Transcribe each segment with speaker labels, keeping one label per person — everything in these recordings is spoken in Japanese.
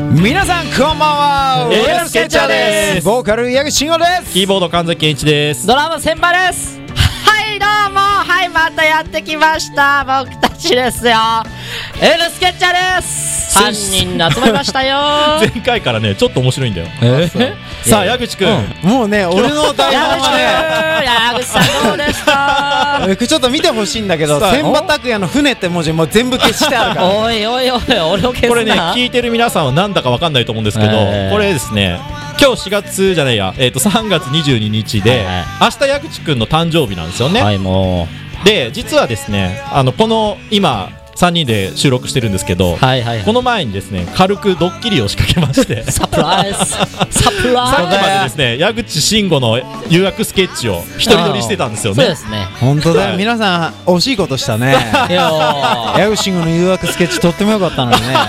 Speaker 1: こんばんは
Speaker 2: エールスケッチャーです
Speaker 1: ボーカル矢口慎吾です
Speaker 2: キーボード神崎健一です。
Speaker 3: ドラム千葉ですはいどうもはいまたやってきました僕たちですよエルスケッチャーです
Speaker 2: 先
Speaker 3: 3人集まりましたよ
Speaker 2: 前回からね、ちょっと面白いんだよ。
Speaker 1: えー
Speaker 2: さあ、矢口くん。
Speaker 1: もうね俺の台
Speaker 3: 矢
Speaker 1: 本
Speaker 3: 口
Speaker 1: は
Speaker 3: 矢口さんどうですか
Speaker 1: ねちょっと見てほしいんだけど
Speaker 2: さあ
Speaker 1: 千葉拓也の船って文字もう全部消してあるから
Speaker 3: おいおいおい俺を消すな
Speaker 2: これね、聞いてる皆さんはなんだかわかんないと思うんですけど、
Speaker 3: えー
Speaker 2: これですね、今日4月じゃないや、えっ、と、3月22日で、
Speaker 3: は
Speaker 2: 明
Speaker 3: い
Speaker 2: 日矢口くんの誕生日なんですよね。
Speaker 3: はいも
Speaker 2: で、実はですね、あの、この、今、3人で収録してるんですけど、
Speaker 3: うはいはい
Speaker 2: この前にですね、軽くドッキリを仕掛けま して、さ
Speaker 3: サプライズサプ
Speaker 2: っきま
Speaker 3: ライ
Speaker 2: でですね、矢口慎吾の誘惑スケッチを一人撮りしてたんですよ
Speaker 3: ズそうで
Speaker 2: ね。
Speaker 3: すね
Speaker 1: 本当だ
Speaker 2: は
Speaker 1: よ
Speaker 2: い
Speaker 1: 皆さん惜しいことしたね
Speaker 3: いやー
Speaker 1: 矢口慎吾の誘惑スケッチとってもよかったのにね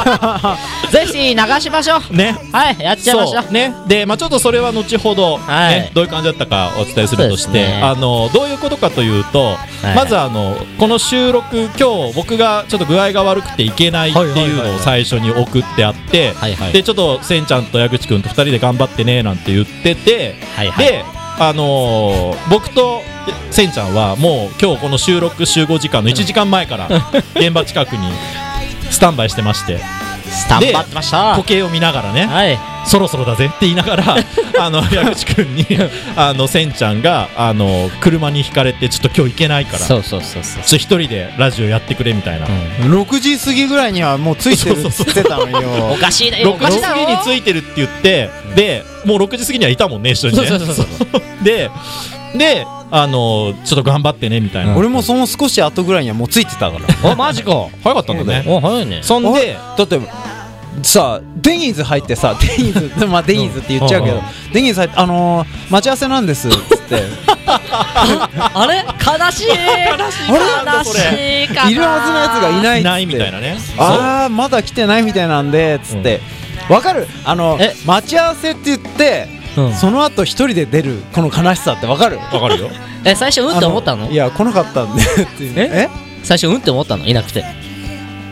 Speaker 3: ぜひ流しましょう
Speaker 2: ね。
Speaker 3: はいやっちゃいましょう
Speaker 2: そうねでまあちょっとそれは後ほど、ね
Speaker 3: はい
Speaker 2: どういう感じだったかお伝えするとし
Speaker 3: そう
Speaker 2: て、
Speaker 3: ですね
Speaker 2: あのどういうことかというと、
Speaker 3: い
Speaker 2: まずあのこの収録今日僕がちょっと具合が悪くて行けないっていうのを最初に送ってあって、
Speaker 3: はいはい
Speaker 2: でちょっとせんちゃんと矢口くんと2人で頑張ってねなんて言ってて、
Speaker 3: はいはい
Speaker 2: であのー僕とせんちゃんはもう今日この収録集合時間の1時間前 から現場近くにスタンバイしてまして
Speaker 3: スタンバってました
Speaker 2: 時計を見ながらね、
Speaker 3: はい
Speaker 2: そろそろだぜって言いなが らあの矢口君にあのせんちゃんがあの車にひかれてちょっと今日行けないからちょっ
Speaker 3: うそうそうそう
Speaker 2: と一人でラジオやってくれみたいな、
Speaker 3: ん
Speaker 1: 6時過ぎぐらいにはもうついてるっつってたのに
Speaker 3: お
Speaker 1: よ
Speaker 3: かしいね
Speaker 2: 6
Speaker 3: おか
Speaker 2: 時
Speaker 3: しいだ
Speaker 2: 過ぎ
Speaker 3: ろ
Speaker 2: に着いてるって言ってでもう6時過ぎにはいたもんね一緒にね
Speaker 3: そうそうそう
Speaker 2: でであのちょっと頑張ってねみたいな、
Speaker 1: 俺もその少し後ぐらいにはもうついてたから
Speaker 3: おマジか
Speaker 2: 早かったんだね
Speaker 3: お早いね
Speaker 2: そんで
Speaker 1: あれだってさデニーズ入ってさデニーズまあデニーズって言っちゃうけど、
Speaker 2: うん
Speaker 1: デニーズ入ってあのー、待ち合わせなんですっつって
Speaker 3: あれ悲しい
Speaker 2: 悲しい
Speaker 3: 悲しい悲しいかない
Speaker 1: るはずのやつがいないっつって
Speaker 2: いないみたいなね
Speaker 1: ああまだ来てないみたいなんでっつって、わかるあの
Speaker 3: え
Speaker 1: 待ち合わせって言って、
Speaker 3: うん
Speaker 1: その後一人で出るこの悲しさってわかる
Speaker 2: そうわかるよ
Speaker 3: え最初うんって思った
Speaker 1: あ
Speaker 3: の
Speaker 1: いや来なかったんでっていう
Speaker 3: え最初うんって思ったのいなくて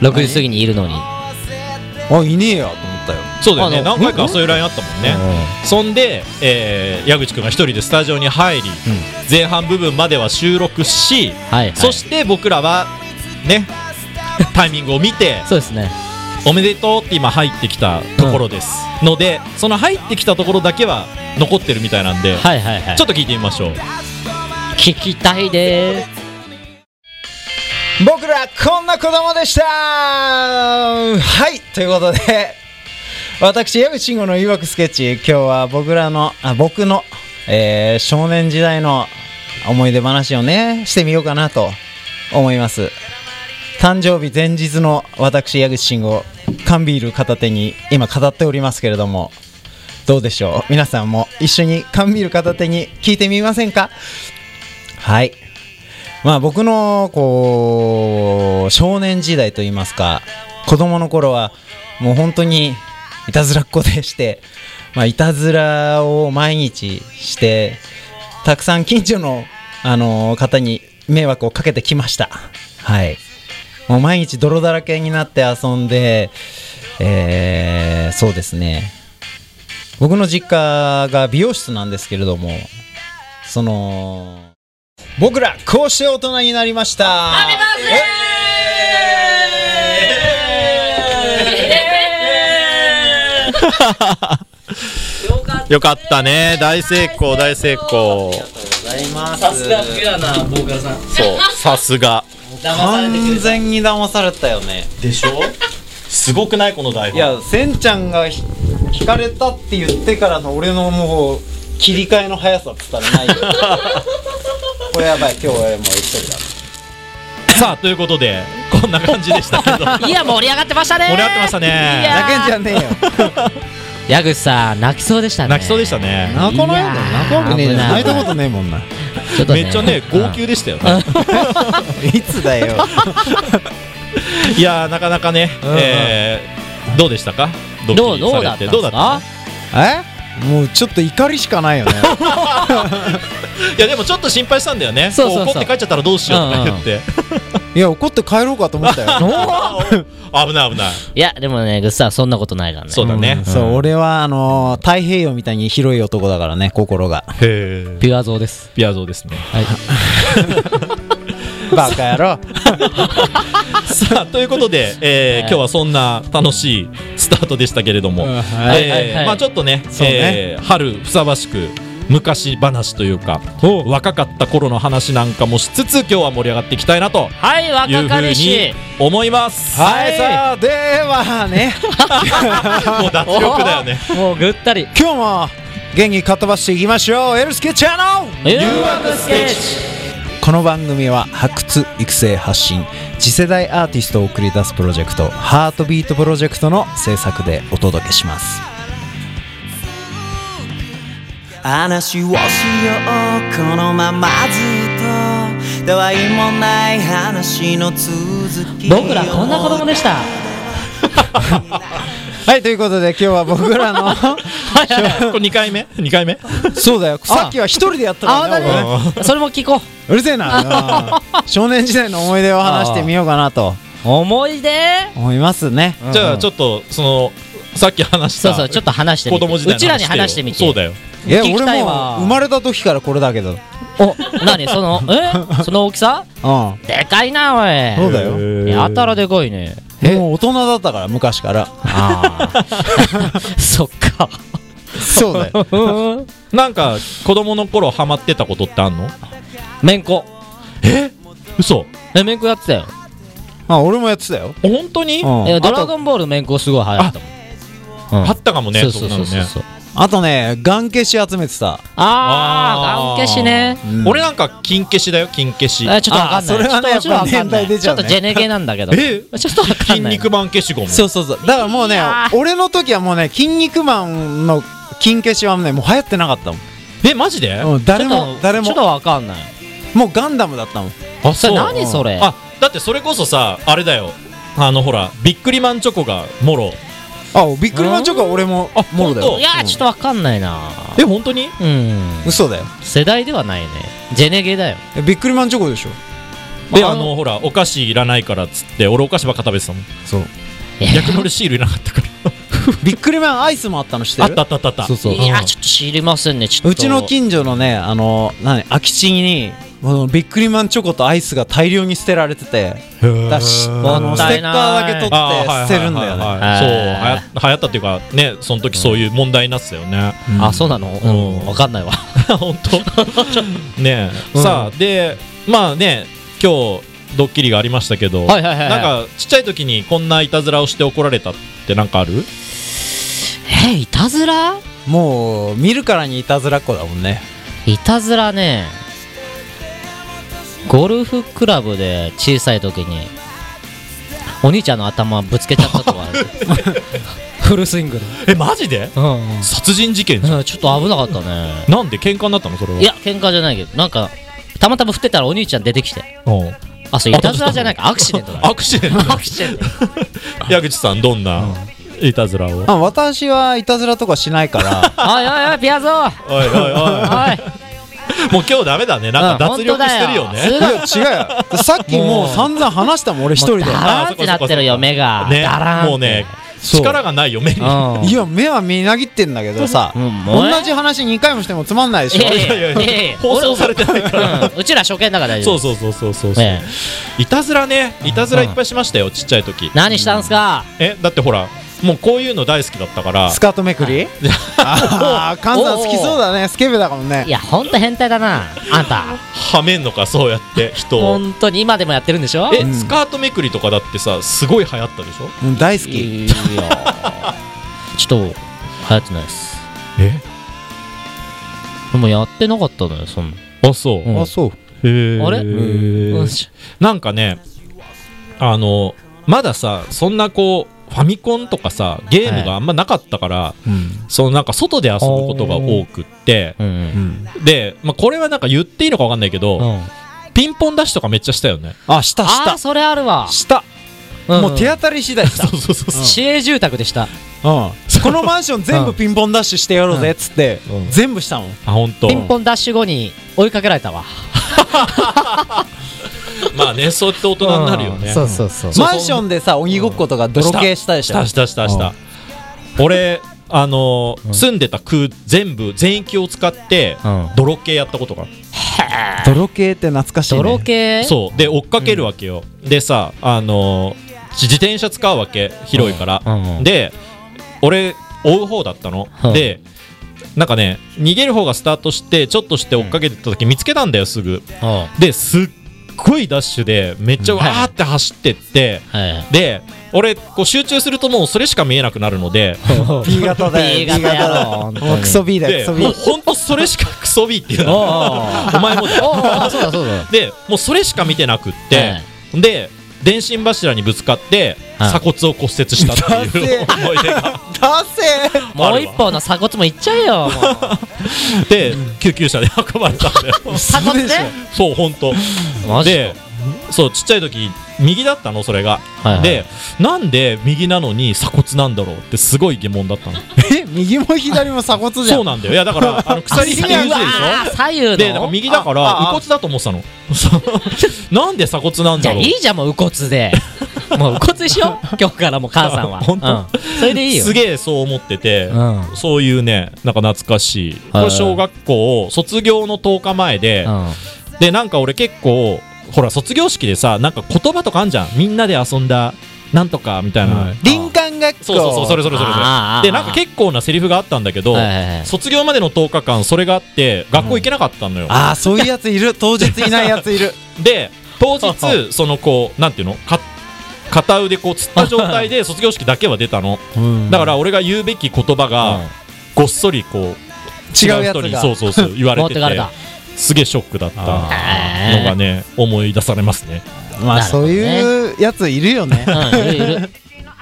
Speaker 3: 6時過ぎにいるのに
Speaker 1: あいねえやと思ったよ
Speaker 2: そうだよね
Speaker 3: あの
Speaker 2: 何回かそういうラインあったもんね、そんで、えー矢口くんが一人でスタジオに入り、前半部分までは収録し、
Speaker 3: はいはい
Speaker 2: そして僕らはね タイミングを見て
Speaker 3: そうですね
Speaker 2: おめでとうって今入ってきたところです、のでその入ってきたところだけは残ってるみたいなんで、
Speaker 3: はいはいはい
Speaker 2: ちょっと聞いてみましょう
Speaker 3: 聞きたいで
Speaker 1: 僕らこんな子供でしたはいということで私矢口慎吾の誘惑スケッチ今日は僕らのあ僕の、えー少年時代の思い出話をねしてみようかなと思います誕生日前日の私矢口慎吾缶ビール片手に今語っておりますけれどもどうでしょう皆さんも一緒に缶ビール片手に聞いてみませんかはいまあ僕のこう少年時代といいますか子供の頃はもう本当にいたずらっ子でして、まあ、いたずらを毎日してたくさん近所の、あの方に迷惑をかけてきましたはいもう毎日泥だらけになって遊んで、えーそうですね僕の実家が美容室なんですけれどもその僕らこうして大人になりましたハッピーバースデ
Speaker 2: よかったね大成功大成功
Speaker 3: さすがピュアなボーカルさん
Speaker 2: そうさすが
Speaker 3: 騙
Speaker 1: 完全に騙されたよね
Speaker 2: でしょすごくないこの台
Speaker 1: い
Speaker 2: 本
Speaker 1: やせんちゃんがひ引かれたって言ってからの俺のもう切り替えの速さっつったらない よこれやばい今日はもう一人だ
Speaker 2: さあということでこんな感じでしたけど
Speaker 3: いや盛り上がってましたね
Speaker 2: 盛り上がってましたね
Speaker 3: いや
Speaker 1: 泣けんじゃねえよ
Speaker 3: 矢口さん泣きそうでしたね
Speaker 2: 泣きそうでしたね
Speaker 1: 泣かないんだよ泣くわけねえじゃん
Speaker 3: いやー
Speaker 1: 泣いたことねえもんな
Speaker 3: ちょっと
Speaker 2: めっちゃね号泣でしたよね
Speaker 1: いつだ よ
Speaker 2: いやーなかなかね、
Speaker 1: うんうん
Speaker 2: えーどうでしたかドッ
Speaker 3: どう
Speaker 2: キリ
Speaker 3: ど
Speaker 2: さ
Speaker 3: う
Speaker 2: れ
Speaker 3: だった
Speaker 2: て
Speaker 3: ん
Speaker 2: ど
Speaker 3: で
Speaker 2: うだ
Speaker 3: す
Speaker 2: った
Speaker 3: か
Speaker 1: えもうちょっと怒りしかないよね
Speaker 2: いやでもちょっと心配したんだよね
Speaker 3: そうそうそう
Speaker 2: こ怒って帰っちゃったらどうしようとか言って、
Speaker 1: いや怒って帰ろうかと思ったよ
Speaker 2: 危ない危ない
Speaker 3: いや、でもね、ぐっさん、そんなことないからね。
Speaker 2: そうだね、
Speaker 1: うんそう俺はあのー太平洋みたいに広い男だからね心 が
Speaker 2: へえ
Speaker 3: ピュア像です。
Speaker 2: ピアゾーですね
Speaker 3: はい。
Speaker 1: バカ野郎
Speaker 2: さあということで、えー今日はそんな楽しいスタートでしたけれども、
Speaker 1: うんはい
Speaker 2: えー
Speaker 3: はいはい
Speaker 2: まあちょっとね
Speaker 1: そうね
Speaker 2: えー春ふさわしく昔話というか若かった頃の話なんかもしつつ今日は盛り上がっていきたいなと
Speaker 3: はい、
Speaker 2: いう
Speaker 3: 若
Speaker 2: ふう
Speaker 3: かり
Speaker 2: に
Speaker 3: し。
Speaker 2: 思います
Speaker 1: はいさあでは ね
Speaker 2: もう脱力だよね
Speaker 3: おーもうぐったり。
Speaker 1: 今日も元気かっ飛ばしていきましょうエルスケッチャーの
Speaker 3: 誘惑スケッチ
Speaker 1: この番組は発掘育成発信次世代アーティストを送り出すプロジェクト「ハートビートプロジェクト」の制作でお届けします
Speaker 4: 話をしようこのままずっとたわいもない話の続き
Speaker 3: 僕らこんな子供でした。
Speaker 1: はいということで今日は僕らの
Speaker 2: これ2回目2回目
Speaker 1: そうだよさっきは一人でやったか
Speaker 3: あ、
Speaker 1: らね
Speaker 2: だね
Speaker 1: 俺ね
Speaker 3: なるそれも聞こ
Speaker 1: うるせえ なうん少年時代の思い出を話してみようかなと
Speaker 3: う。思い出
Speaker 1: 思いますね
Speaker 2: じゃあちょっとそのさっき話し
Speaker 3: そ
Speaker 2: た
Speaker 3: うそう、ちょっと話してみ
Speaker 2: 子
Speaker 3: て。
Speaker 2: 供時代
Speaker 3: うちらに話してみて。
Speaker 2: そうだよ
Speaker 1: いや俺
Speaker 3: 聞
Speaker 1: も
Speaker 3: き
Speaker 1: う
Speaker 3: たいわ
Speaker 1: 生まれた時からこれだけどうん
Speaker 3: お、なに、その、えその大きさ
Speaker 1: そ
Speaker 3: でかいな、
Speaker 1: う
Speaker 3: お
Speaker 1: だよ
Speaker 3: い。やたらでかいね。
Speaker 1: もう大人だったから昔から
Speaker 3: ああ。そっ か。
Speaker 1: そうだ よ
Speaker 2: なんか子供の頃ハマってたことってあんの
Speaker 3: めんこ。
Speaker 2: 嘘
Speaker 3: え、めんこやってたよ。
Speaker 1: あ俺もやってたよ
Speaker 2: 本当に、
Speaker 1: うん
Speaker 3: えドラゴンボールめんこすごい流行ったもん。
Speaker 2: あったかもね
Speaker 3: そうそうそ
Speaker 2: そ
Speaker 3: う
Speaker 2: ん
Speaker 3: そ
Speaker 2: な
Speaker 3: う
Speaker 2: のね
Speaker 3: そう。
Speaker 1: あとね眼消し集めてた
Speaker 3: ああ、ガン消しね。
Speaker 1: うん
Speaker 2: 俺なんか金消しだよ金消し
Speaker 3: えちょっとわかんない。
Speaker 1: あそれはね
Speaker 3: ちょっと
Speaker 1: やっぱ年代出ちゃうね
Speaker 3: ちょっとジェネゲなんだ けど。
Speaker 2: え
Speaker 3: ちょっとわか
Speaker 2: 筋
Speaker 3: んない。
Speaker 2: 肉マン消しゴム
Speaker 1: そうそうそうだからもう
Speaker 3: い
Speaker 1: ね
Speaker 3: や
Speaker 1: 俺の時はもうね「筋肉マン」の金消しはねもう流行ってなかったも
Speaker 2: えマジで、
Speaker 1: ん、うん、誰
Speaker 3: ちょっ
Speaker 1: も
Speaker 3: と
Speaker 1: 誰
Speaker 3: ちょ
Speaker 1: も
Speaker 3: っとわかんない。
Speaker 1: もうガンダムだったもん
Speaker 2: あ
Speaker 3: それ
Speaker 2: う
Speaker 3: 何それ。
Speaker 2: あだってそれこそさあれだよあのほらビックリマンチョコがもろ
Speaker 1: あびっくりマンチョコは俺も
Speaker 2: あ
Speaker 1: もろだよ
Speaker 2: 本
Speaker 3: いやーちょっとわかんないな。
Speaker 2: え本当に
Speaker 3: うん。
Speaker 1: 嘘だよ
Speaker 3: 世代ではないね。ジェネゲだよ。
Speaker 1: えびっくりマンチョコでし ょ
Speaker 2: で
Speaker 3: あ
Speaker 2: あのほらお菓子いらないからっつって俺お菓子ばっか食べてたもん
Speaker 1: そう
Speaker 2: 逆の俺シールいらなかったから
Speaker 1: びっくりマンアイスもあったの知って
Speaker 2: あ
Speaker 1: る
Speaker 2: ったあったあったあった
Speaker 1: そうそう
Speaker 3: いやーちょっと知りませんね。ちょっと。
Speaker 1: うちの近所のねあの何空き地にこのビックリマンチョコとアイスが大量に捨てられててだしあ
Speaker 3: も
Speaker 1: の
Speaker 3: っ
Speaker 1: ス
Speaker 3: た
Speaker 1: テ
Speaker 3: い
Speaker 1: ッ
Speaker 3: ない
Speaker 1: カーだけ取
Speaker 2: あーは
Speaker 1: っ
Speaker 2: いはいはいは
Speaker 1: て
Speaker 2: い
Speaker 1: 捨てるんだよね
Speaker 2: そう
Speaker 3: あー
Speaker 2: はや流行ったっていうかねその時そういう問題になってたよね、
Speaker 3: あそうなの。うん。わかんないわ。
Speaker 2: 本当ねえ、さあでまあね今日ドッキリがありましたけど、
Speaker 3: はいはいはいは い
Speaker 2: なんかちっちゃい時にこんないたずらをして怒られたってなんかある
Speaker 3: えいたずら？
Speaker 1: もう見るからにいたずらっ子だもんね
Speaker 3: いたずらね。ゴルフクラブで小さい時にお兄ちゃんの頭ぶつけちゃったとか ある。フルスイングで。
Speaker 2: えマジで
Speaker 3: うん。
Speaker 2: 殺人事件じゃん
Speaker 3: うんちょっと危なかったね
Speaker 2: なんで喧嘩になったのそれはい
Speaker 3: や喧嘩じゃないけどなんかたまたま振ってたらお兄ちゃん出てきて
Speaker 2: うん
Speaker 3: あそういたずらじゃないかアクシデントだね
Speaker 2: アクシデント
Speaker 3: アクシデント
Speaker 2: 矢口さんどんな、いたずらをお い
Speaker 1: あ私はいたずらとかしないから
Speaker 3: おいおいおいピアゾー
Speaker 2: おいお
Speaker 3: おい
Speaker 2: いもう今日ダメだねなんか脱
Speaker 3: うん本当
Speaker 2: 力
Speaker 3: だ
Speaker 2: してるよね、
Speaker 3: すご い
Speaker 1: いや違うよさっきもう散々話したもん俺一人で
Speaker 3: もうダラーンってなってるよ目が
Speaker 2: ね
Speaker 3: ダラーンって
Speaker 2: もうね
Speaker 1: そう
Speaker 2: 力が ないよ目に
Speaker 3: うん
Speaker 1: いや目はみなぎってんだけどさ
Speaker 3: うんもう
Speaker 1: 同じ話2回もしてもつまんないでし
Speaker 3: いや
Speaker 1: ょ
Speaker 3: いやいやいや
Speaker 2: いやいや
Speaker 3: いや
Speaker 2: 放送されてないから
Speaker 3: うんうちら初見だから大丈
Speaker 2: そう
Speaker 3: 夫
Speaker 2: そうそうそうそうそう、
Speaker 3: え
Speaker 2: いたずらねいたずらいっぱいしましたよちっちゃい時
Speaker 3: 何したんすか
Speaker 2: えだってほらもうこういうの大好きだったから
Speaker 1: スカートめくりああ菅さん好きそうだねスケベだもんね
Speaker 3: いやほんと変態だなあんた
Speaker 2: はめんのかそうやって人
Speaker 3: ほ
Speaker 2: を
Speaker 3: んとに今でもやってるんでしょ
Speaker 2: え、スカートめくりとかだってさすごい流行ったでしょ
Speaker 1: うん大好き
Speaker 3: いいよちょっと流行ってないです
Speaker 2: え
Speaker 3: でもやってなかったのよそんな
Speaker 2: あそう、
Speaker 3: うん
Speaker 1: あそう
Speaker 2: へー
Speaker 3: あれうん
Speaker 2: なんかねあのまださそんなこうファミコンとかさゲームがあんまなかったから、そのなんか外で遊ぶことが多くって
Speaker 3: うんうん
Speaker 2: で、まあ、これはなんか言っていいのか分かんないけど、
Speaker 3: うん
Speaker 2: ピンポンダッシュとかめっちゃしたよね
Speaker 1: あした
Speaker 3: あ
Speaker 1: し
Speaker 3: あそれあるわ
Speaker 1: たしたもう手当たり次第でした
Speaker 2: そうそうそうそう
Speaker 3: 市営住宅でした
Speaker 1: うんこのマンション全部ピンポンダッシュしてやろうぜっつって
Speaker 2: うん
Speaker 1: 全部したもん
Speaker 2: あ本当
Speaker 3: ピンポンダッシュ後に追いかけられたわ
Speaker 2: まあねそうやって大人になるよね
Speaker 3: うんそうそうそう
Speaker 2: そう
Speaker 1: マンションでさ鬼ごっことか泥系したでしょ
Speaker 2: したしたしたした俺あのー住んでた区全部全域を使って
Speaker 1: うん
Speaker 2: 泥系やったことがある
Speaker 1: 泥系って懐かしいね
Speaker 3: 泥系
Speaker 2: そうで追っかけるわけよ、でさあのー自転車使うわけ広いから、
Speaker 1: うんうん
Speaker 2: で俺追う方だったの、
Speaker 1: うん
Speaker 2: でなんかね逃げる方がスタートしてちょっとして追っかけてった時見つけたんだよすぐ
Speaker 1: うん
Speaker 2: ですっごいダッシュでめっちゃ
Speaker 3: うん
Speaker 2: わーって走ってって、
Speaker 3: はい
Speaker 2: で俺こう集中するともうそれしか見えなくなるので
Speaker 1: B 型だよ
Speaker 3: B 型やろ
Speaker 1: だもうクソ B だよク
Speaker 2: で
Speaker 1: ソ
Speaker 2: もう
Speaker 1: B
Speaker 2: ほんとそれしかクソビーっていう
Speaker 1: おうおう
Speaker 2: のお前もだよ
Speaker 3: あそうだそうだ
Speaker 2: でもうそれしか見てなくって、で電信柱にぶつかって
Speaker 3: はい
Speaker 2: 鎖骨を骨折したっていう
Speaker 1: だ
Speaker 2: 思い出が
Speaker 1: ダセー
Speaker 3: もう一本の鎖骨もいっちゃえよも
Speaker 2: で救急車で運ばれたん だよ
Speaker 3: う鎖骨ね
Speaker 2: そう本当
Speaker 3: マジ
Speaker 2: で
Speaker 3: で
Speaker 2: そうちっちゃい時右だったのそれが、
Speaker 3: はいはい
Speaker 2: でなんで右なのに鎖骨なんだろうってすごい疑問だ ったの
Speaker 1: え右も左も鎖骨じゃん
Speaker 2: そうなんだよいやだから あの鎖
Speaker 1: 左
Speaker 2: 左
Speaker 1: 右
Speaker 2: 右でし
Speaker 3: あ
Speaker 2: ょ
Speaker 3: 左右の
Speaker 2: でだから右だから
Speaker 1: ああ
Speaker 2: 遺骨だと思ってたのそう なんで鎖骨なん
Speaker 3: じゃ
Speaker 2: だ
Speaker 3: あ
Speaker 2: ろ
Speaker 3: いういじゃんもう右骨 でもう右骨にしよう今日からもう母さんは
Speaker 2: あ 本当
Speaker 3: うんそれでいいよ
Speaker 2: すげえそう思ってて、
Speaker 3: うん
Speaker 2: そういうねなんか懐かしい、これ小学校を卒業の10日前で、
Speaker 3: うん
Speaker 2: でなんか俺結構ほら卒業式でさなんか言葉とかあんじゃんみんなで遊んだなんとかみたいな、
Speaker 1: 林間学校
Speaker 2: そうそうそうそれそれそれそれ
Speaker 3: あー
Speaker 2: でなんか結構なセリフがあったんだけど、
Speaker 3: はいはいはい
Speaker 2: 卒業までの10日間それがあって学校行けなかったのよ、
Speaker 1: ああそういうやついる当日いないやついる
Speaker 2: で当日そのこうなんていうのか片腕こうつった状態で卒業式だけは出たのだから俺が言うべき言葉
Speaker 1: うん
Speaker 2: がごっそりこう
Speaker 1: 違うやつ
Speaker 2: 人に
Speaker 1: が
Speaker 2: そうそうそう言われ
Speaker 3: 持っててかれ
Speaker 2: て
Speaker 3: た
Speaker 2: すげえショックだったの
Speaker 3: あー
Speaker 2: がね思い出されますね
Speaker 1: まあ
Speaker 3: なるほ
Speaker 1: そ
Speaker 3: ど
Speaker 1: う
Speaker 3: ね
Speaker 1: いうやついるよね
Speaker 3: うんいるいる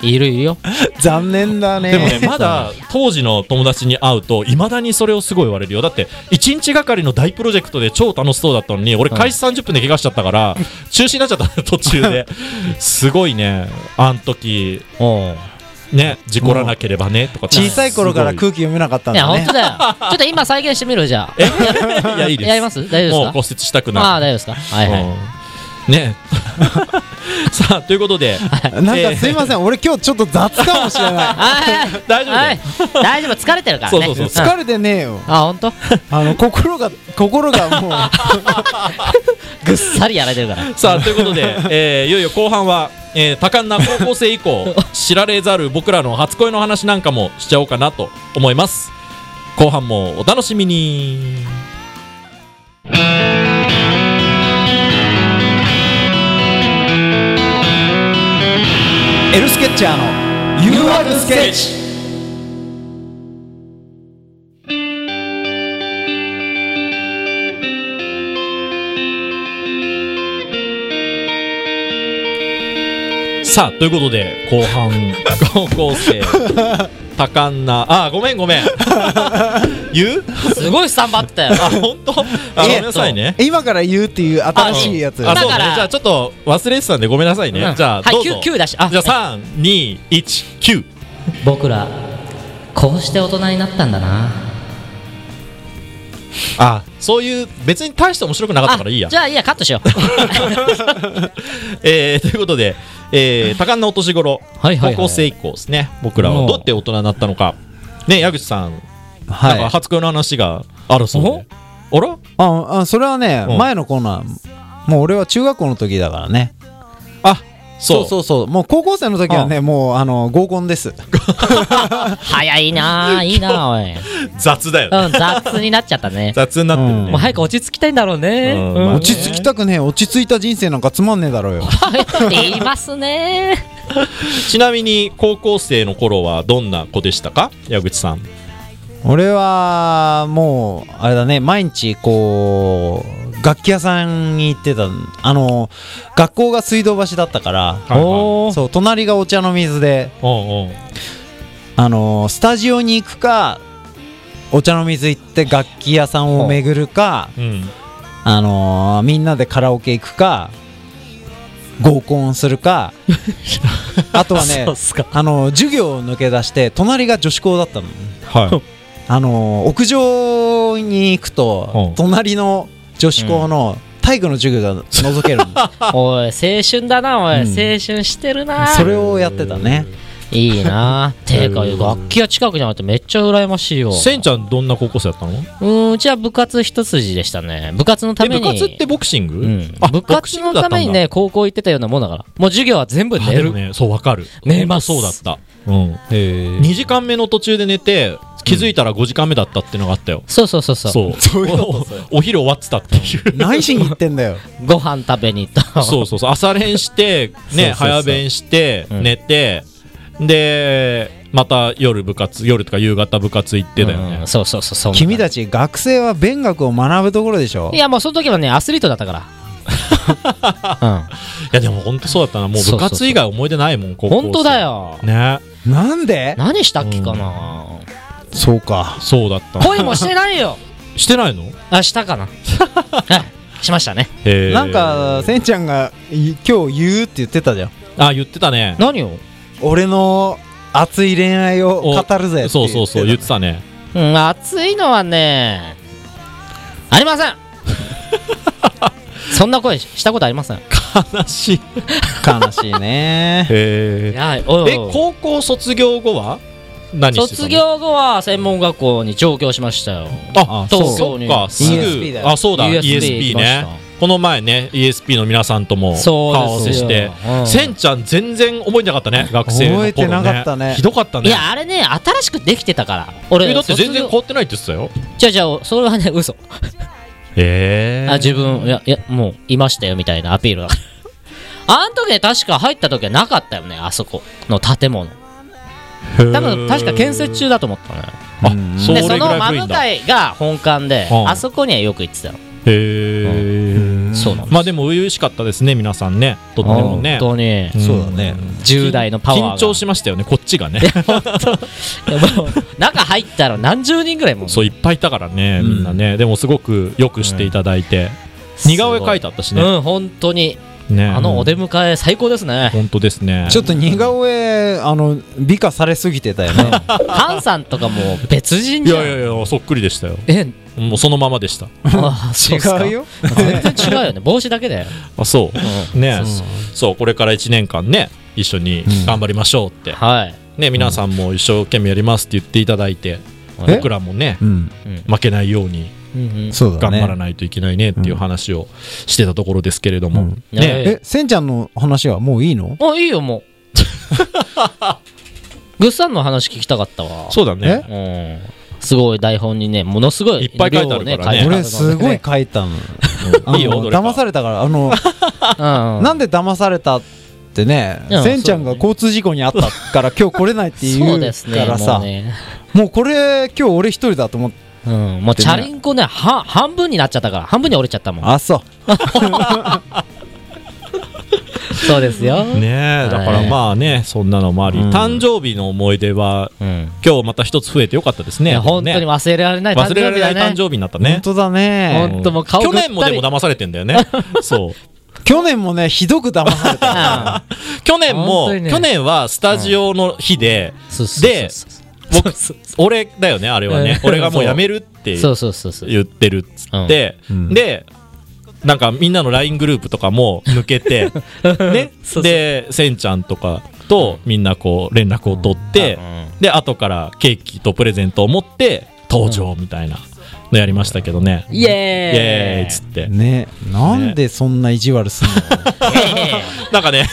Speaker 3: いるいるよ
Speaker 1: 残念だね
Speaker 2: でもねまだ当時の友達に会うといまだにそれをすごい言われるよだって1日がかりの大プロジェクトで超楽しそうだったのに俺開始30分で怪我しちゃったから中止になっちゃった途中 ですごいねあん時ね事故らなければねとか
Speaker 1: 小さい頃から
Speaker 2: すご
Speaker 1: 空気読めなかったん
Speaker 3: いや
Speaker 1: だ
Speaker 3: 本
Speaker 1: ね
Speaker 3: 当だ よちょっと今再現してみるじゃあ
Speaker 2: いいやいいです
Speaker 3: やります大丈
Speaker 2: もう
Speaker 3: 夫で
Speaker 2: 骨
Speaker 3: す
Speaker 2: 折したく
Speaker 3: かああ
Speaker 2: な
Speaker 3: ー大丈夫ですかはい
Speaker 2: い
Speaker 3: はい
Speaker 2: うんね さあということで
Speaker 1: なんかすいません俺今日ちょっと雑かもしれ ない
Speaker 3: はいはい
Speaker 2: 大丈夫だよ
Speaker 3: はい大丈夫疲れてるからね
Speaker 2: そうそうそ
Speaker 3: ん
Speaker 1: 疲れてねえよ
Speaker 3: あ本 当
Speaker 1: あの心が心がもう
Speaker 3: ぐっさりやられてるから
Speaker 2: さあということ で、えーいよいよ後半は、えー多感な高校生以降知られざる僕らの初恋の話なんかもしちゃおうかなと思います後半もお楽しみに
Speaker 1: エルスケッチャーの You are the sketch
Speaker 2: さあということで後半高校生多感なあーごめんごめん言う
Speaker 3: すごいスタンバってたよ
Speaker 2: あ本当あごめんなさいね
Speaker 1: 今から言うっていう新しいやつ
Speaker 2: あそうね
Speaker 3: だから
Speaker 2: じゃあちょっと忘れてたんでごめんなさいね、
Speaker 3: うん
Speaker 2: じゃあ
Speaker 3: はい
Speaker 2: どうぞ
Speaker 3: 9 9だしあ
Speaker 2: じゃあ3219
Speaker 3: 僕らこうして大人になったんだな
Speaker 2: あそういう別に大して面白くなかったからいいや
Speaker 3: じゃあいいやカットしよう
Speaker 2: えー ということで、えー多感なお年頃、
Speaker 3: はいはいはい
Speaker 2: 高校生以降ですね、僕らはどうやって大人になったのか、ね、矢口さん、なん
Speaker 1: は
Speaker 2: か
Speaker 1: い
Speaker 2: 初恋の話があるそうで、あら
Speaker 1: ああそれはね
Speaker 2: うん
Speaker 1: 前のコーナーもう俺は中学校の時だからね
Speaker 2: あ
Speaker 1: そ
Speaker 2: そう
Speaker 1: うそうそうもう高校生の時はねもうあの合コン です
Speaker 3: 早いなあいいなあおいうん
Speaker 2: 雑だよね、
Speaker 3: 雑になっちゃったね
Speaker 2: 雑になってるね、
Speaker 3: もう早く落ち着きたいんだろうね
Speaker 2: うん
Speaker 3: うん
Speaker 1: 落ち着きたくねえ落ち着いた人生なんかつまんねえだろうよ
Speaker 3: って 言いますね
Speaker 2: ちなみに高校生の頃はどんな子でしたか、矢口さん。
Speaker 1: 俺はもうあれだね毎日こう楽器屋さんに行ってたあの学校が水道橋だったから、
Speaker 2: いはい
Speaker 1: おーそう隣がお茶の水で
Speaker 2: おうおう
Speaker 1: あのスタジオに行くかお茶の水行って楽器屋さんを巡るか、
Speaker 2: うん、
Speaker 1: あのみんなでカラオケ行くか合コンする かあとはね
Speaker 2: そうっすか
Speaker 1: あの授業を抜け出して隣が女子校だったの
Speaker 2: はい
Speaker 1: あの屋上に行く
Speaker 2: う
Speaker 1: と
Speaker 2: ん
Speaker 1: 隣の女子校の体育の授業が覗ける の
Speaker 3: おい、青春だな、おい、
Speaker 1: うん
Speaker 3: 青春してるな。
Speaker 1: それをやってたね
Speaker 3: いいな。てか、
Speaker 2: うん
Speaker 3: 楽器が近くにあるってめっちゃ羨ましいよ。
Speaker 2: せんちゃんどんな高校生だったの
Speaker 3: うん、うちは部活一筋でしたね。部活のた
Speaker 2: え
Speaker 3: め
Speaker 2: 部
Speaker 3: に。
Speaker 2: 活ってボクシング、
Speaker 3: うん
Speaker 2: あ
Speaker 3: 部
Speaker 2: ボク
Speaker 3: 活
Speaker 2: シング
Speaker 3: の
Speaker 2: だったんだ
Speaker 3: めにね、高校行ってたようなもんだから。もう授業は全部
Speaker 2: あ
Speaker 3: 寝
Speaker 2: でも
Speaker 3: る。
Speaker 2: ねそうわかる
Speaker 3: 寝ます
Speaker 2: ほんとそうだった、うん、2時間目の途中で寝て気づいたら5時間目だったってのがあったよ、
Speaker 3: そうそうそうそう。
Speaker 2: そうおお昼終わってたって いう
Speaker 1: 何しに行ってんだよ
Speaker 3: ご飯食べに行った。
Speaker 2: そうそうそう 朝練して、
Speaker 3: そうそう
Speaker 2: ね、早弁して、
Speaker 3: うん
Speaker 2: 寝てでまた夜部活夜とか夕方部活行ってだよね、
Speaker 3: うんそうそうそうそう。
Speaker 1: 君たち学生は勉学を学ぶところでしょ
Speaker 3: いや、もうその時はね、アスリートだったから。
Speaker 2: いやでも本当そうだったなもう部活以外思い出ないもん
Speaker 3: う
Speaker 2: 高
Speaker 3: ん。
Speaker 2: 校生
Speaker 3: 本当だよ。
Speaker 2: ね
Speaker 1: なんで
Speaker 3: 何したっけかな。
Speaker 1: そうか
Speaker 2: そうだった
Speaker 3: 恋もしてない よ。
Speaker 2: してないの
Speaker 3: あ、した かな。はいしましたね。
Speaker 2: へー
Speaker 1: なんかせんちゃんがい今日言うって言ってたじゃん
Speaker 2: あ言ってたね
Speaker 3: 何を
Speaker 1: 俺の熱い恋愛を語るぜって
Speaker 2: そうそうそう
Speaker 1: 言
Speaker 2: 言
Speaker 1: っ
Speaker 2: っててたね
Speaker 3: うん、暑いのはね、あり ませんそんな声ししたことありません。い
Speaker 2: 悲しい
Speaker 1: た悲しい ね
Speaker 2: え
Speaker 3: や、おいおい
Speaker 2: 高校卒業後は何してたの
Speaker 3: 卒業後は専門学校に上京しましたよ。
Speaker 2: あ
Speaker 3: そう
Speaker 2: そっかす
Speaker 1: USB だ
Speaker 2: ぐ
Speaker 1: よ
Speaker 2: あそうだ
Speaker 3: USB
Speaker 2: ESP
Speaker 3: 行きま
Speaker 2: ねこの前ね ESP の皆さんとも顔合わ
Speaker 3: そう
Speaker 2: せ
Speaker 3: です
Speaker 2: し
Speaker 3: よ
Speaker 2: て
Speaker 3: うん
Speaker 2: せんちゃん全然覚えてなかったね学生の頃ね
Speaker 1: 覚えてなかったね
Speaker 2: ひどかったね
Speaker 3: いや、あれね、新しくできてたから。
Speaker 2: え
Speaker 3: 俺、
Speaker 2: だって全然
Speaker 3: 卒
Speaker 2: 変
Speaker 3: 業
Speaker 2: わってないって言ってたよ
Speaker 3: じゃあじゃあ、それはね、嘘。
Speaker 2: え
Speaker 3: あ、自分、いや、いや、もう、いましたよ、みたいなアピールだ から。あん時ね、確か入った時はなかったよね、あそこの建物。多分、確か建設中だと思ったのよ。
Speaker 2: あ
Speaker 1: うん
Speaker 2: そ
Speaker 3: で
Speaker 2: れぐ
Speaker 3: その
Speaker 2: ら
Speaker 3: 真
Speaker 2: い古い
Speaker 3: 向
Speaker 2: んだ
Speaker 3: か
Speaker 2: へ
Speaker 3: いが本館で、
Speaker 2: うん
Speaker 3: あそこにはよく行ってたの、
Speaker 2: え
Speaker 3: そうなの
Speaker 2: まあでも初々しかったですね皆さんねとってもね
Speaker 3: 本当に
Speaker 2: ん
Speaker 1: そうだね
Speaker 3: 10代のパワーが
Speaker 2: 緊張しましたよねこっちがね
Speaker 3: も う中入ったら何十人ぐらいもう
Speaker 2: そういっぱいいたからねみんなねでもすごくよくしていただいて似顔絵描いてあったしね
Speaker 3: うん本当に
Speaker 2: ね
Speaker 3: あのお出迎え最高です ね、
Speaker 2: 本当ですね
Speaker 1: ちょっと似顔絵あの美化されすぎてた よね
Speaker 3: ハンさんとかもう別人
Speaker 2: い
Speaker 3: じ
Speaker 2: や
Speaker 3: ゃん
Speaker 2: いやいやそっくりでしたよ
Speaker 3: え
Speaker 2: もうそのままでした
Speaker 3: あそうっすか
Speaker 1: 違うよ
Speaker 3: 全然違うよね帽子だけだよ
Speaker 2: あそうねそうこれから1年間ね一緒に頑張りましょうって
Speaker 3: はい
Speaker 2: ね皆さんも一生懸命やりますって言っていただいて
Speaker 1: え
Speaker 2: 僕らもね
Speaker 1: うん
Speaker 2: 負けないように
Speaker 3: うん
Speaker 1: そうだ
Speaker 2: 頑
Speaker 1: ね
Speaker 2: 張らないといけないねっていう話をしてたところですけれど
Speaker 1: う
Speaker 2: も
Speaker 1: ん
Speaker 2: ね
Speaker 1: えせんちゃんの話はもういいの
Speaker 3: うんあいい よもうグッさんの話聞きたかったわ
Speaker 2: そうだね
Speaker 3: うんすごい台本にねものすごい
Speaker 2: いっぱい書いてあるからね
Speaker 3: 量を
Speaker 1: 俺すごい
Speaker 3: 書
Speaker 1: 書いたのあの
Speaker 2: いいよどれか
Speaker 1: 騙されたからあの
Speaker 3: いてあるからねうんうん
Speaker 1: なんで騙されたってね
Speaker 3: うん
Speaker 1: せんちゃんが交通事故に遭ったから今日来れないって言
Speaker 3: そう
Speaker 1: う
Speaker 3: です
Speaker 1: か
Speaker 3: ね
Speaker 1: ら
Speaker 3: も
Speaker 1: さ
Speaker 3: うね
Speaker 1: もうこれ今日俺一人だと思って
Speaker 3: うん、もう
Speaker 1: で
Speaker 3: チ
Speaker 1: ね
Speaker 3: ャリンコねは半分になっちゃったから半分に折れちゃったもん
Speaker 1: あそう
Speaker 3: そうですよ、
Speaker 2: ねえだか
Speaker 3: は
Speaker 2: ら
Speaker 3: い
Speaker 2: まあねそんなのもあり
Speaker 1: うん
Speaker 2: 誕生日の思い出は
Speaker 3: うん、
Speaker 2: 今日また一つ増えてよかったです
Speaker 3: い
Speaker 2: ね
Speaker 3: や本当に
Speaker 2: ね
Speaker 3: 忘れられない誕
Speaker 2: 忘
Speaker 3: 生
Speaker 2: れ
Speaker 3: 日
Speaker 2: られな
Speaker 3: だ
Speaker 2: い
Speaker 3: ね
Speaker 2: 誕生日になった
Speaker 1: 本
Speaker 2: ね
Speaker 1: 当だね
Speaker 3: 本当もう顔
Speaker 2: 去
Speaker 3: ぐったり
Speaker 2: 年もでも騙されてんだよ ねそう
Speaker 1: 去年もねひどく騙された
Speaker 2: 去年
Speaker 3: 本
Speaker 2: も、
Speaker 3: 当にね
Speaker 2: 去年はスタジオの日で、
Speaker 3: そうそう
Speaker 2: で
Speaker 3: そうそう
Speaker 2: 僕俺だよねあれはね
Speaker 3: うん
Speaker 2: 俺がもうやめるって
Speaker 3: そうそうそうそう
Speaker 2: 言ってるっつって、
Speaker 1: うん
Speaker 2: でなんかみんなの LINE グループとかも抜けてね
Speaker 3: そうそう
Speaker 2: でせんちゃんとかとみんなこう連絡を取って、で後からケーキとプレゼントを持って登場みたいなのやりましたけどね、イ
Speaker 3: イエーイ
Speaker 2: エーイっつって
Speaker 1: ねなんでそんな意地悪すんの
Speaker 2: なんかね、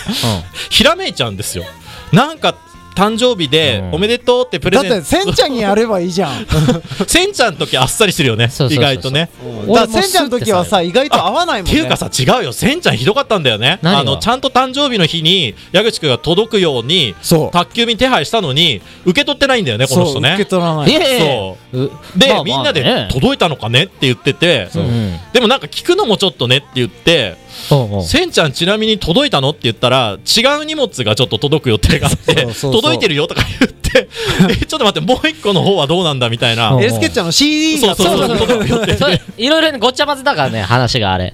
Speaker 2: ひらめいちゃうんですよなんか誕生日でおめでとうってプレ
Speaker 1: だっ
Speaker 2: ゼン
Speaker 1: てせ
Speaker 2: ト
Speaker 1: んちゃんにやればいいじゃん
Speaker 2: せんちゃんの時あっさりしてるよね
Speaker 3: そうそ
Speaker 2: 意
Speaker 3: う
Speaker 2: 外
Speaker 3: そうそう
Speaker 2: とね
Speaker 1: だからせんちゃんの時はさ意外と合わない
Speaker 2: っ
Speaker 1: もん
Speaker 2: て
Speaker 1: ね
Speaker 2: いうかさ違うよせんちゃんひどかったんだよね
Speaker 3: 何が
Speaker 2: あのちゃんと誕生日の日に矢口くんが届くように
Speaker 1: そう
Speaker 2: 宅急便手配したのに受け取ってないんだよねこの
Speaker 1: そう
Speaker 2: 人
Speaker 1: 受け
Speaker 2: ね
Speaker 1: 取らない
Speaker 3: イエ
Speaker 2: そ
Speaker 3: ーイう
Speaker 2: で、
Speaker 3: まあまあ
Speaker 2: みんなで
Speaker 3: ね
Speaker 2: 届いたのかねって言ってて
Speaker 3: うんうん
Speaker 2: でもなんか聞くのもちょっとねって言って
Speaker 3: うんうん
Speaker 2: せんちゃんちなみに届いたのって言ったら違う荷物がちょっと届く予定があ って
Speaker 1: そうそうそう
Speaker 2: 届いてるよとか言ってえちょっと待ってもう一個の方はどうなんだみたいな
Speaker 3: うん
Speaker 1: エルスケッチャーの CD
Speaker 2: そう
Speaker 1: が
Speaker 2: そうそう
Speaker 3: そうそうそう
Speaker 2: 届く予定
Speaker 3: それいろいろねごっちゃ混ぜだからね話があれ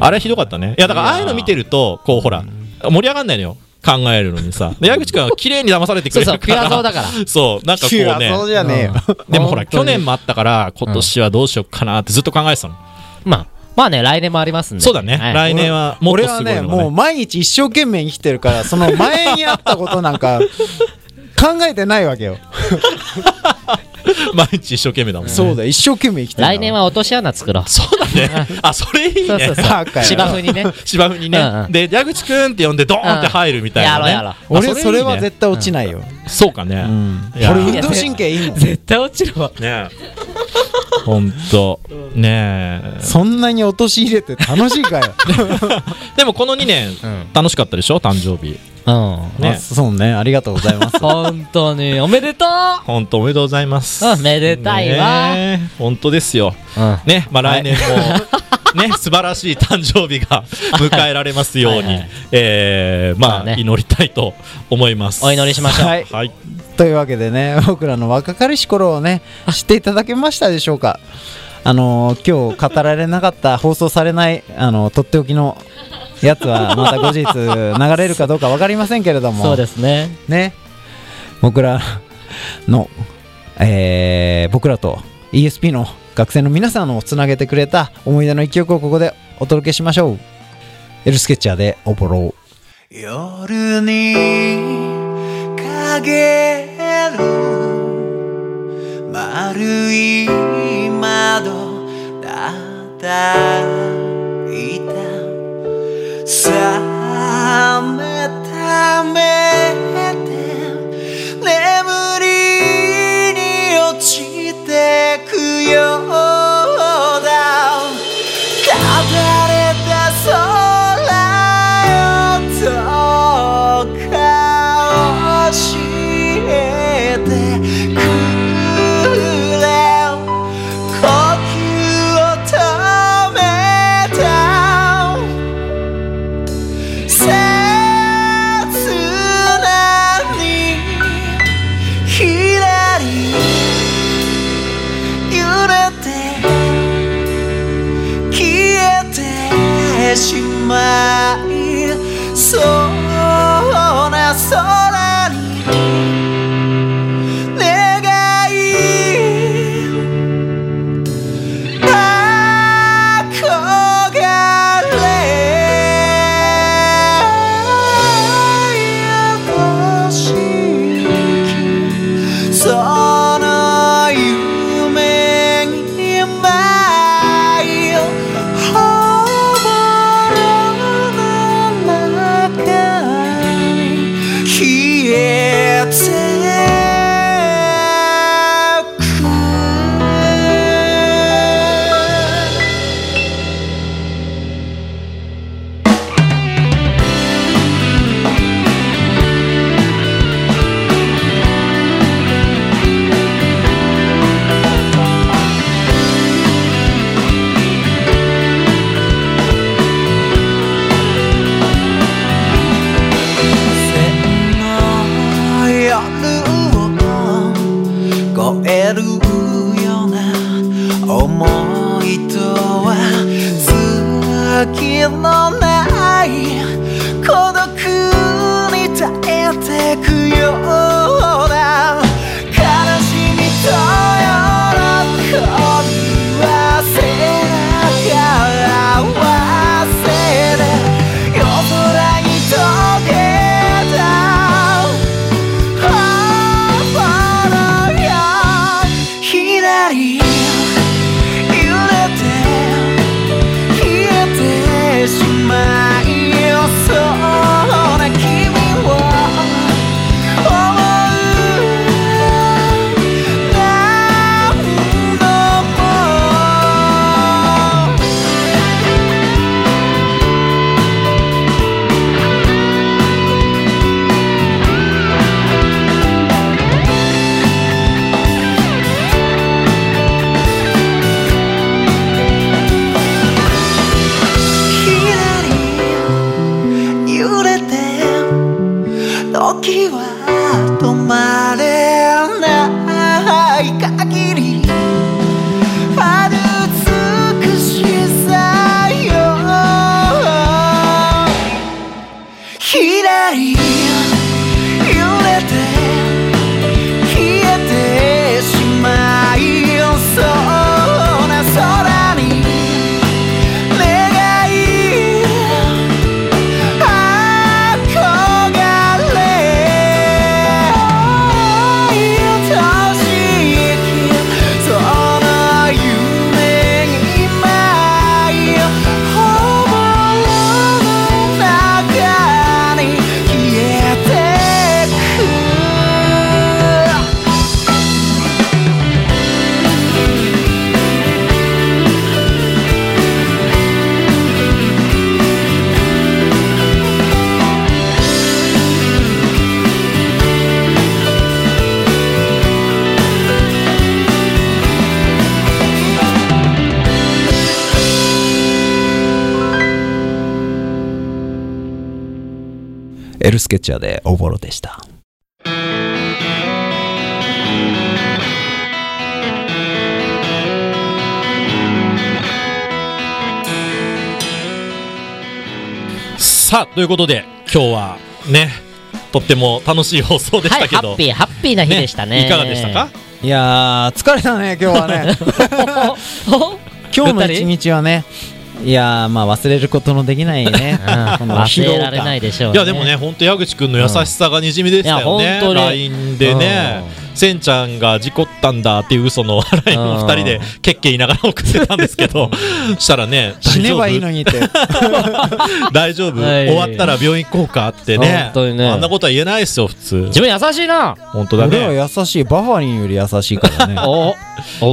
Speaker 2: あれひどかったねいやだからああいうの見てるとこうほら盛り上がんないのよ考えるのにさで矢口君は綺麗に騙されてく
Speaker 3: そう
Speaker 2: れるか
Speaker 3: そう、
Speaker 2: ら
Speaker 3: ピュアそうだから。
Speaker 2: そうなんかこう
Speaker 1: いやそう
Speaker 2: ね
Speaker 1: じゃねえよ。
Speaker 2: でもほら
Speaker 3: 本当
Speaker 2: 去
Speaker 3: に
Speaker 2: 年もあったから今年はどうしようかなってずっと考えてたの
Speaker 3: まあ、まあね、来年もありますんで。
Speaker 2: そうだね
Speaker 3: はい
Speaker 2: 来年はもっ
Speaker 1: 俺
Speaker 2: と
Speaker 1: は
Speaker 2: すごい
Speaker 1: ね、
Speaker 2: のが
Speaker 1: もう
Speaker 2: ね
Speaker 1: 毎日一生懸命生きてるから、その前にあったことなんか考えてないわけよ。
Speaker 2: 毎日一生懸命だもんね
Speaker 1: そうだ、一生懸命生きてる。
Speaker 3: 来年は落とし穴作ろう。
Speaker 2: そうだね あそれいい
Speaker 3: そうそ
Speaker 2: ね
Speaker 3: う
Speaker 1: バ
Speaker 3: そ
Speaker 1: カ
Speaker 3: う。
Speaker 1: や
Speaker 3: 芝生にね。
Speaker 2: 芝生に
Speaker 3: うん
Speaker 2: ね
Speaker 3: うん
Speaker 2: で矢口君って呼んでドーンって入るみたいなね
Speaker 3: うんやろうやろう
Speaker 2: あ
Speaker 1: 俺それ
Speaker 2: いいね
Speaker 1: は絶対落ちないよ。
Speaker 2: そうかねいや
Speaker 1: 俺運動神経いいもん。
Speaker 3: 絶対落ちるわ。
Speaker 2: ねえほんとねえ
Speaker 1: そんなに落とし入れて楽しいかよ。
Speaker 2: でもこの2年、
Speaker 3: ん
Speaker 2: 楽しかったでしょ誕生日
Speaker 3: うん。
Speaker 2: ね
Speaker 1: あそうね、ありがとうございます。
Speaker 3: 本当に、おめでとう
Speaker 2: ほんとおめでとうございます
Speaker 3: うんめでたいわ
Speaker 2: ねえほんとですよ
Speaker 3: うん。
Speaker 2: ねまあ来年も、 ね素晴らしい誕生日が迎えられますように
Speaker 3: はいはい
Speaker 2: えーまあ、
Speaker 3: まあね
Speaker 2: 祈りたいと思います
Speaker 3: お祈りしましょう。
Speaker 1: はい
Speaker 2: はい
Speaker 1: というわけでね 僕らの若かりし頃をね知っていただけましたでしょうかあのー今日語られなかった放送されないあのとっておきのやつはまた後日流れるかどうか分かりませんけれども
Speaker 3: そうですね。
Speaker 1: ね僕らの、えー僕らと ESP の学生の皆さんをつなげてくれた思い出の一曲をここでお届けしましょうエルスケッチャーでおぼろう
Speaker 4: 夜に陰る丸い窓叩いた冷めた目で眠りに落ちてくようだ「飾れた空よとか教えてくれ」「呼吸を止めた」「切なに左揺れて」消えてしまいそうな空に願い憧れ愛しきその夢に舞い溺れの中に消えてくの夜を越えるような思いとは月のない孤独に耐えてくような悲しみと喜びは背中合わせて夜空に溶けた「心よ左揺れて」消えてしま
Speaker 1: エルスケッチャーでおぼろでした。
Speaker 2: さあということで今日はねとっても楽しい放送でし
Speaker 3: はい、
Speaker 2: たけ
Speaker 3: ハ
Speaker 2: ど、
Speaker 3: ッピー、ハッピーな日でしたね。
Speaker 2: いかがでしたか
Speaker 1: いやー、疲れたね、今日はね。
Speaker 3: お
Speaker 1: 今日
Speaker 3: ぐっ
Speaker 1: の
Speaker 3: たり。
Speaker 1: 一日はね、いやー、まあ忘れることのできない ねこの疲労
Speaker 3: 忘れ
Speaker 1: 感
Speaker 3: られないでしょう、
Speaker 2: いやでもね、本当矢口くんの優しさがにじみでしたよ
Speaker 3: いや
Speaker 2: ね。
Speaker 3: 本当に
Speaker 2: LINE でね、せんちゃんが事故ったんだっていう嘘の LINE を二人でケッケ言いながら送ってたんですけ ど、したらね、
Speaker 1: 死ねばいいのにって。
Speaker 2: 大丈夫、
Speaker 3: はい
Speaker 2: 終わったら病院行こうかってね
Speaker 3: 本当にね
Speaker 2: あんなことは言えないですよ普通
Speaker 3: 自分優しいな。
Speaker 2: 本当だ
Speaker 1: 俺は
Speaker 2: ね
Speaker 1: 優しい。バファリンより優しいから ね。
Speaker 3: お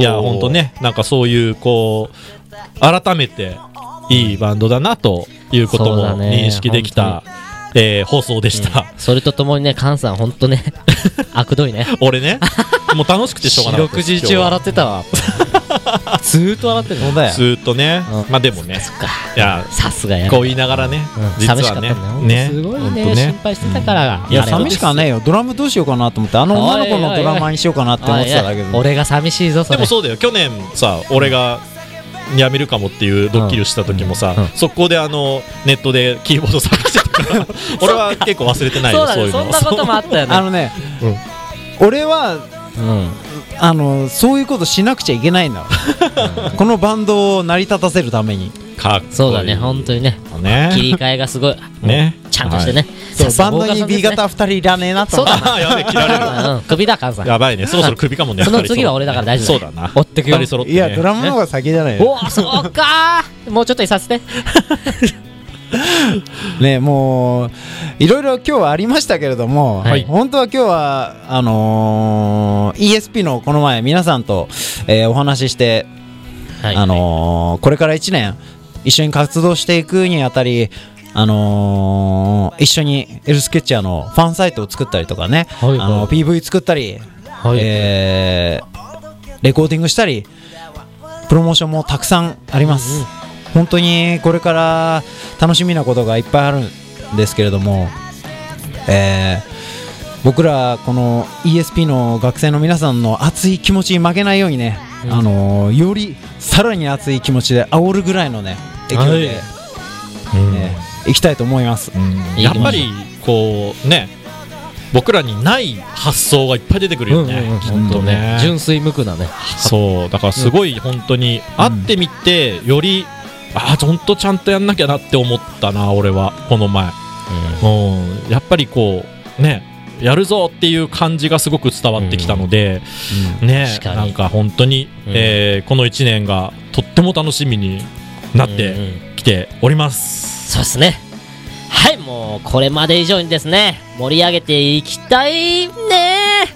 Speaker 2: いや本当。ねなんかそういうこう改めていいバンドだなということ
Speaker 3: そうだ
Speaker 2: も
Speaker 3: ね
Speaker 2: 認識できた、えー放送でした、
Speaker 3: それとともにね、カンさん、本当ね、悪どいね。
Speaker 2: 俺ねもう楽しくてしょうがない
Speaker 3: 四六時中笑ってたわ。 ずーっと笑ってる
Speaker 1: そうだよ
Speaker 2: ず。ーっとね、
Speaker 3: うん
Speaker 2: まあでもね
Speaker 3: そっか。
Speaker 2: いや
Speaker 3: さすがや
Speaker 2: こう
Speaker 3: い
Speaker 2: 言いながらね、
Speaker 3: 寂
Speaker 2: 実
Speaker 3: し
Speaker 2: は
Speaker 3: かった
Speaker 2: ね
Speaker 3: んだよ。すごい
Speaker 2: ほ
Speaker 3: ね。
Speaker 2: んと
Speaker 3: 心配してたから。
Speaker 1: いや、寂しかねえよ。ドラムどうしようかなと思って、あの女の子のドラマにしようかなって思ってたんだけ
Speaker 3: あい
Speaker 1: ど。
Speaker 3: や俺が寂しいぞ、そ
Speaker 2: で
Speaker 3: れ
Speaker 2: も。そうだよ去年さ俺が辞めるかもっていうドッキリをした時もさ、
Speaker 3: うんうん
Speaker 2: 速攻であのネットでキーボード探してた から俺は結構忘れてない
Speaker 3: そう
Speaker 2: よ
Speaker 3: だ
Speaker 2: そうい
Speaker 3: ね。
Speaker 2: うの
Speaker 3: そんなこともあったよ
Speaker 1: あの
Speaker 3: ね。
Speaker 1: ね、俺は
Speaker 3: うん。
Speaker 1: あのそういうことしなくちゃいけないんだこのバンドを成り立たせるために
Speaker 2: かっこいい
Speaker 3: そうだね、本当にね。
Speaker 2: ね
Speaker 3: 切り替えがすごい。
Speaker 2: ね
Speaker 3: ちゃんとしてね。
Speaker 1: そう
Speaker 3: さす
Speaker 1: バ
Speaker 3: が
Speaker 1: ンドに B 型2人いらねえなと
Speaker 3: そう
Speaker 1: 思っ
Speaker 3: だ
Speaker 1: て
Speaker 2: あー やべえ切られる
Speaker 3: うん、首だ、カンさん。
Speaker 2: やばいねそろそろ首かもね
Speaker 3: その
Speaker 2: 二人
Speaker 3: 次は俺だから大丈夫
Speaker 2: そうだな
Speaker 3: 追ってくよ
Speaker 2: 二人揃って、
Speaker 1: い
Speaker 2: ね、
Speaker 1: やドラムの方が先じゃない
Speaker 3: おお、そうかーもうちょっといさせて。
Speaker 1: ねもういろいろ今日はありましたけれども、
Speaker 3: はい
Speaker 1: 本当は今日はあのー ESP のこの前皆さんと、えーお話しして、
Speaker 3: はい
Speaker 1: あのーこれから1年一緒に活動していくにあたりあのー一緒にエルスケッチャーのファンサイトを作ったりとかね、
Speaker 3: はいはい
Speaker 1: あの PV 作ったり、
Speaker 3: はい
Speaker 1: えーレコーディングしたりプロモーションもたくさんあります、本当にこれから楽しみなことがいっぱいあるんですけれども、えー僕らこの ESP の学生の皆さんの熱い気持ちに負けないようにね、あのーよりさらに熱い気持ちで煽るぐらいのね勢いで、ね
Speaker 2: うん
Speaker 1: いきたいと思います、
Speaker 2: うんやっぱりこうね僕らにない発想がいっぱい出てくるよね、きっとね
Speaker 3: 純粋無垢なね。
Speaker 2: そうだからすごい本当に会ってみてよりああほんとちゃんとやんなきゃなって思ったな俺はこの前うんやっぱりこうねやるぞっていう感じがすごく伝わってきたので、ね
Speaker 3: 確かに
Speaker 2: なんか本当に、
Speaker 3: うん
Speaker 2: えーこの1年がとっても楽しみになって
Speaker 3: て。
Speaker 2: きております、
Speaker 3: そうですね。はい、もうこれまで以上にですね、盛り上げていきたいね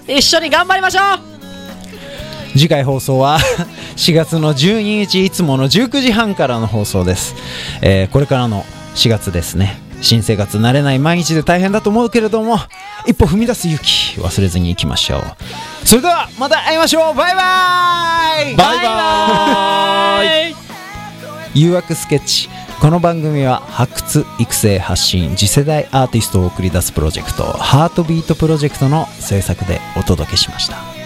Speaker 3: ー一緒に頑張りましょう
Speaker 1: 次回放送は 4月の12日いつもの19時半からの放送です、えーこれからの4月ですね新生活慣れない毎日で大変だと思うけれども一歩踏み出す勇気忘れずにいきましょうそれではまた会いましょうバイバイ
Speaker 2: バイバーイ
Speaker 1: 誘惑スケッチこの番組は発掘育成発信次世代アーティストを送り出すプロジェクト「ハートビートプロジェクトの制作でお届けしました。